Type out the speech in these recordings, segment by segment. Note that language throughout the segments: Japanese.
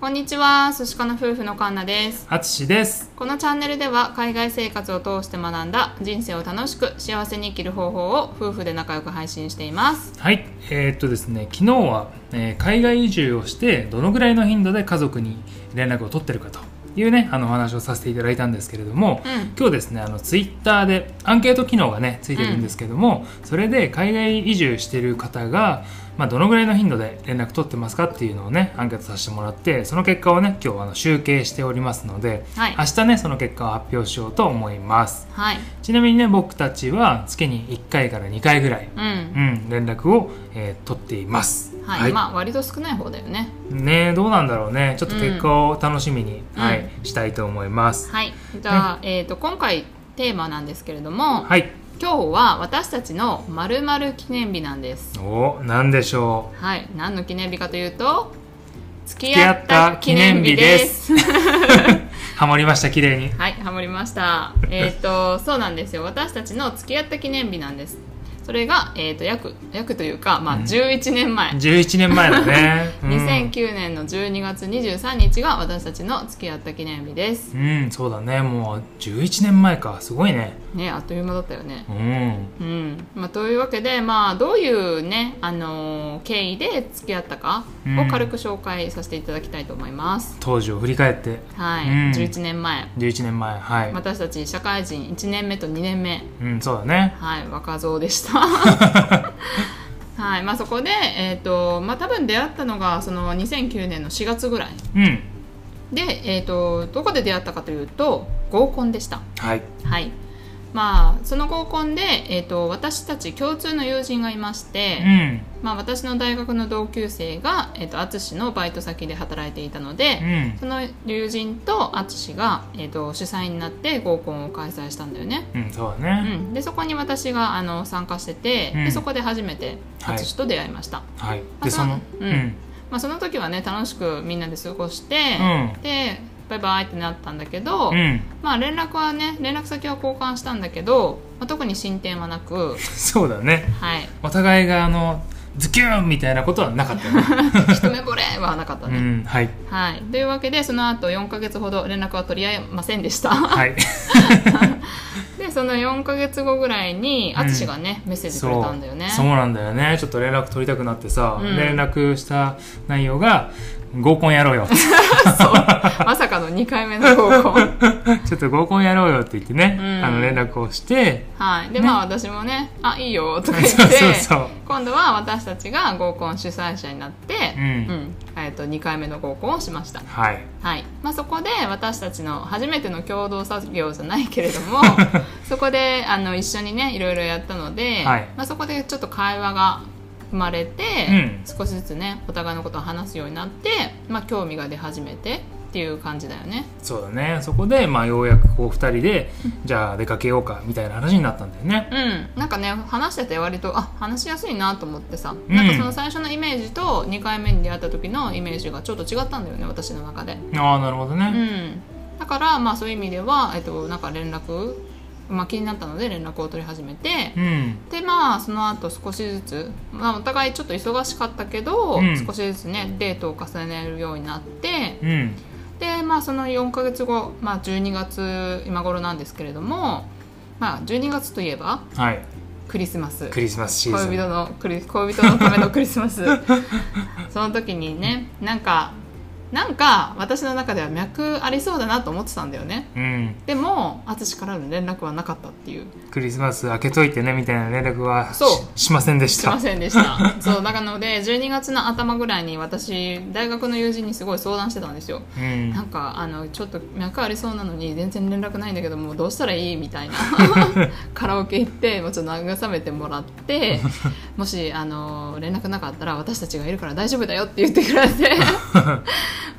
こんにちは、寿司家の夫婦のカンナです。あつしです。このチャンネルでは海外生活を通して学んだ人生を楽しく幸せに生きる方法を夫婦で仲良く配信しています。はい、えーっとですね、昨日は、えー海外移住をしてどのぐらいの頻度で家族に連絡を取ってるかというね、あのお話をさせていただいたんですけれども、うん今日ですね、あのツイッターでアンケート機能がねついてるんですけども、それで海外移住してる方がまあどのぐらいの頻度で連絡取ってますかっていうのをねアンケートさせてもらって、その結果をね今日あの集計しておりますので、はい明日ねその結果を発表しようと思います。はい。ちなみにね僕たちは月に1回から2回ぐらい、うん。うん、連絡を、えー取っています。はい。まあ割と少ない方だよね。ねどうなんだろうねちょっと結果を楽しみに、うんはうい、したいと思います。はい。じゃあ、えっ、と、今回テーマなんですけれども、はい、今日は私たちの〇〇記念日なんです。おなんでし ょはい。何の記念日かというと、付き合った記念日です。うハマりました綺麗に。はい、ハモりました。えっ、と、そうなんですよ。私たちの付き合った記念日なんです。それが、えっ、と、約、約というか、まあ、11年前。 11年前 だね。うん2009年の12月23日が私たちの付き合った記念日です。うん、そうだねもう11年前かすごいね。ね、あっという間だったよね。うん、うんまあ、というわけで、まあ、どういうね、あのー経緯で付き合ったかうをん軽く紹介させていただきたいと思います。当時を振り返ってはい、うん11年前。 11年前はい、私たち社会人1年目と2年目うんそうだね。はい、若造で した。はい、まあ、そこで、えっ、と、まあ、多分出会ったのが、その2009年の4月ぐらい。うんで、えっ、と、どこで出会ったかというと、合コンでした。はいはい。まあ、その合コンで、えっ、と、私たち共通の友人がいましうて。んまあ、私の大学の同級生が、えっ、と、あつしのバイト先で働いていたのうで。んその友人とあつしが、えっ、と、主催になって合コンを開催したんだよね。うんそうだね。うん、でそこに私があの参加してて、うでんそこで初めてはい淳と出会いました、はいあでそのそううんまあ、その時はね楽しくみんなで過ごして、うでバイバイってなったんだけど、んうん まあ、連絡はね連絡先は交換したんだけど、まあ、特に進展はなく、そうだね はい、お互いがあのズキューンみたいなことはなかったね、 一目惚れはなかったうね、ん、はいはい、というわけでその後4ヶ月ほど連絡は取り合いませんでした はいでその4ヶ月後ぐらいにうん淳がね、メッセージくれたんだよねそうなんだよねちょっと連絡取りたくなってさ、うん連絡した内容が合コンやろう よそうまさかの2回目の合コンちょっと合コンやろうよって言ってね、うんあの連絡を してはい、で、ねまあ私もね「あいいよ」とか言って そうそうそう今度は私たちが合コン主催者になって、うんえっと2回目の合コンをしました、はいはいまあ、そこで私たちの初めての共同作業じゃないけれど もそこであの一緒にねいろいろやったので、はいまあ、そこでちょっと会話が生まれて、うん少しずつねお互いのことを話すようになって、まあ、興味が出始めてっていう感じだよねそうだねそこで、まあ、ようやくこう2人でじゃあ出かけようかみたいな話になったんだよねうん、なんかね話してて割とあ話しやすいなと思ってさ、うんなんかその最初のイメージと2回目に出会った時のイメージがちょっと違ったんだよね私の中で、ああなるほどうね、ん、だからまあそういう意味では、えっと、なんか連絡、まあ、気になったので連絡を取り始めて、うん、でまあその後少しずつ、まあ、お互いちょっと忙しかったけど、うん少しずつねデートを重ねるようになってうんでまあその4ヶ月後、まあ、12月今頃なんですけれども、まあ、12月といえばはいクリスマスクリスマスシーズン恋人のクリ恋人のためのクリスマ スその時にねなんかなんか私の中では脈ありそうだなと思ってたんだよねうん、でも淳からの連絡はなかったっていうクリスマス開けといてねみたいな連絡はしそしませんでししたませんでした そうだからので12月の頭ぐらいに私大学の友人にすごい相談してたんですようんなんかあのちょっと脈ありそうなのに全然連絡ないんだけどもうどうしたらいいみた いなカラオケ行ってもうちょっと慰めてもらってもしあの連絡なかったら私たちがいるから大丈夫だよって言ってくれ て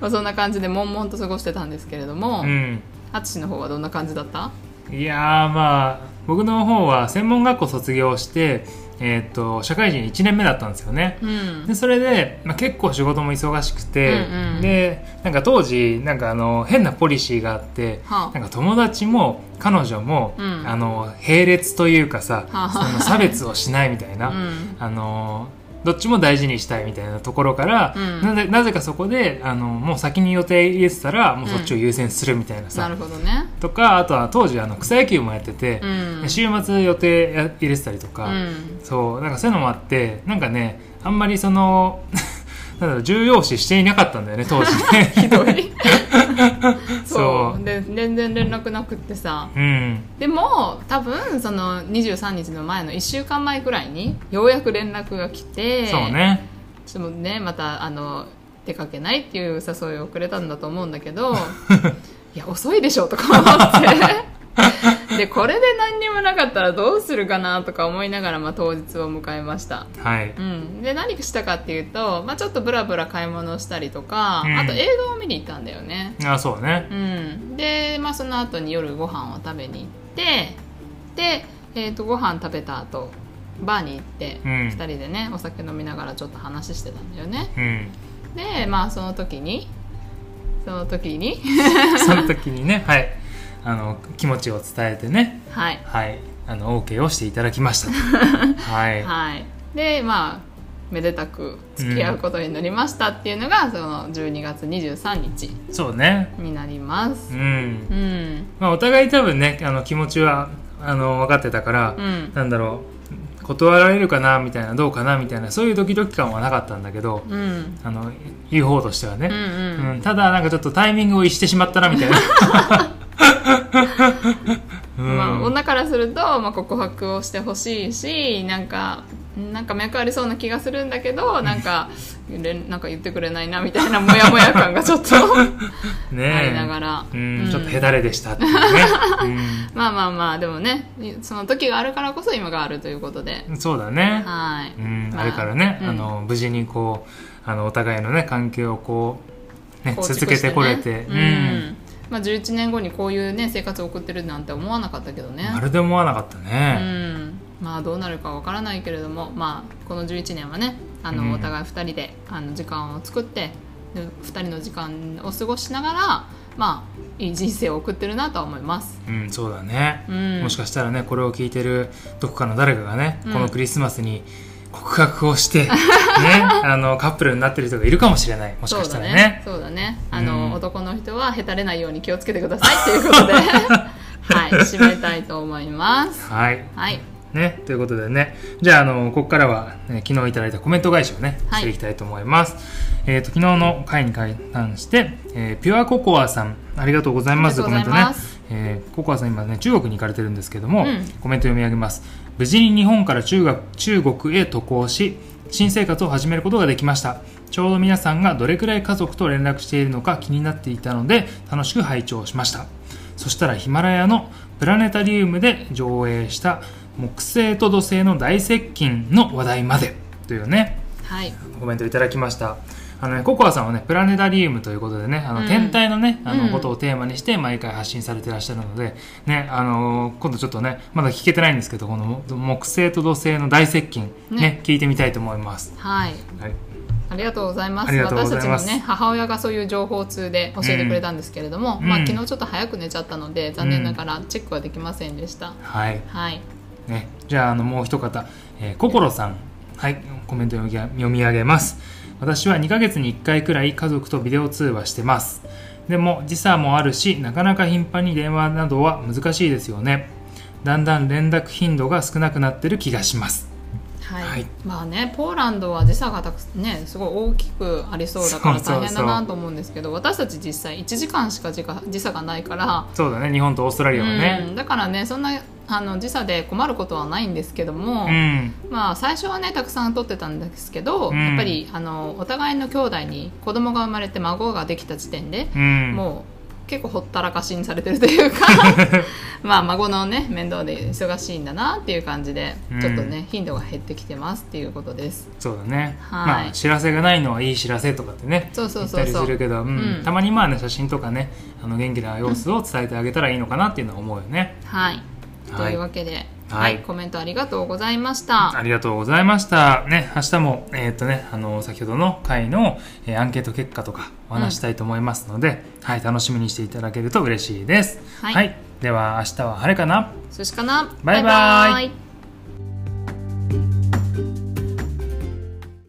まあそんな感じで悶々と過ごしてたんですけれどもうん淳、の方はどんな感じだったいやーまあ僕の方は専門学校卒業して、えーっと社会人1年目だったんですよねうんでそれで、まあ、結構仕事も忙しくて、うんうんでなんか当時なんかあの変なポリシーがあって、はあなんか友達も彼女も、うんあの並列というかさ、はあその差別をしないみたいな、うんあのどっちも大事にしたいみたいなところから、うんなぜなぜかそこであのもう先に予定入れてたらもうそっちを優先するみたいなさ、なるほどねとかあとは当時あの草野球もやっててう、ん週末予定や入れてたりとか、 うんそうなんかそういうのもあってなんかねあんまりその なんだろう重要視していなかったんだよね当時 ねひど いそそうで全然連絡なくってさうんでも多分その23日の前の1週間前くらいにようやく連絡が来てそうねちょっとねまたあの出かけないっていう誘いをくれたんだと思うんだけ どいや遅いでしょとか思ってでこれで何にもなかったらどうするかなとか思いながら、まあ、当日を迎えました、はいうん、で何したかっていうと、まあ、ちょっとブラブラ買い物をしたりとか、うんあと映画を見に行ったんだよねあそうねうん、で、まあ、その後に夜ご飯を食べに行ってで、えー、とご飯食べた後バーに行って、う二ん2人でねお酒飲みながらちょっと話してたんだよねうんでまあその時にその時に その時にねはいあの気持ちを伝えてねはいはいあの OK をしていただきまし たはいはいでまあめでたく付き合うことになりましたっていうのが、その12月23日そうねになりまうすんうんまあお互い多分ねあの気持ちはあの分かってたから、うんなんだろう断られるかなみたいなどうかなみたいなそういうドキドキ感はなかったんだけどうんうんあの言う方としてはうんね、うんただなんかちょっとタイミングを逸してしまったなみたいなうん、まあ、女からすると、まあ、告白をしてほしいしなんかなんか脈ありそうな気がするんだけどなんかれんなんか言ってくれないなみたいなモヤモヤ感がちょ っと ねありながら、うんうんちょっとへだれでしたっ ていうね、まあまあまあでもねその時があるからこそ今があるということでうん、そうだね、はい、うん、まあれからね、うんあの無事にこうあのお互いのね関係をこう、ね、構築続けてこれて、してねうんまあ、11年後にこういうね生活を送ってるなんて思わなかったけどねまるで思わなかったうね、んまあどうなるかわからないけれども、まあ、この11年はねあうんのお互い2人であの時間を作ってで2人の時間を過ごしながら、まあ、いい人生を送ってるなとは思います。うんそうだね、うん、もしかしたらねこれを聞いてるどこかの誰かがね、うんこのクリスマスに告白をして、 ね、あのカップルになってる人がいるかもしれないもしかしたらねそうだねそうだねあの、うん男の人はへたれないように気をつけてくださいということ ではい締めたいと思います。はいはい、ね、ということでねじゃああのここからは、ね昨日いただいたコメント返しをね、はいしていきたいと思います、えー、と昨日の回に関して、えーピュアココアさんありがとうございますありがとうございますコメントね、えーココアさん今ね中国に行かれてるんですけども、うんコメント読み上げます無事に日本から中学中国へ渡航し新生活を始めることができましたちょうど皆さんがどれくらい家族と連絡しているのか気になっていたので楽しく拝聴しましたそしたらヒマラヤのプラネタリウムで上映した木星と土星の大接近の話題までというねはい、コメントいただきましたあのね、ココアさんはねプラネタリウムということでねあの、うん天体のねあの、うんことをテーマにして毎回発信されてらっしゃるので、ねあの今度ちょっとねまだ聞けてないんですけどこの木星と土星の大接近、ねね聞いてみたいと思います、はいはい、ありがとうございますありがとうございます私たちのね母親がそういう情報通で教えてくれたんですけれども、うんまうんあ、昨日ちょっと早く寝ちゃったので残念ながらチェックはできませんでした、はいはいね、じゃああのもう一方、えー、心さん、はい、コメント読み上げ読み上げます私は2ヶ月に1回くらい家族とビデオ通話してますでも時差もあるしなかなか頻繁に電話などは難しいですよねだんだん連絡頻度が少なくなってる気がしますはいはいまあねポーランドは時差がたくさんねすごい大きくありそうだからそうそうそう大変だなと思うんですけど私たち実際1時間しか時間時差がないから、そうだね日本とオーストラリアはうねんだからねそんなあの時差で困ることはないんですけども、うん、まあ、最初はねたくさん撮ってたんですけど、うんやっぱりあのお互いの兄弟に子供が生まれて孫ができた時点で、うんもう結構ほったらかしにされてるという かまあ孫のね面倒で忙しいんだなっていう感じで、うんちょっとね頻度が減ってきてますっていうことですそうだね、はいまあ知らせがないのはいい知らせとかってねそうそう言っそたうりそすうるけど、うんうんたまにまあね写真とかねあの元気な様子を伝えてあげたらいいのかなっていうのは思うよね、はいはいというわけで、ははいいコメントありがとうございましたありがとうございました。ね、明日も、えーっとね、あの、先ほどの回の、えーアンケート結果とかお話したいと思いますので、はい、楽しみにしていただけると嬉しいです。はいでは、明日は晴れかなそしかなバイバイイ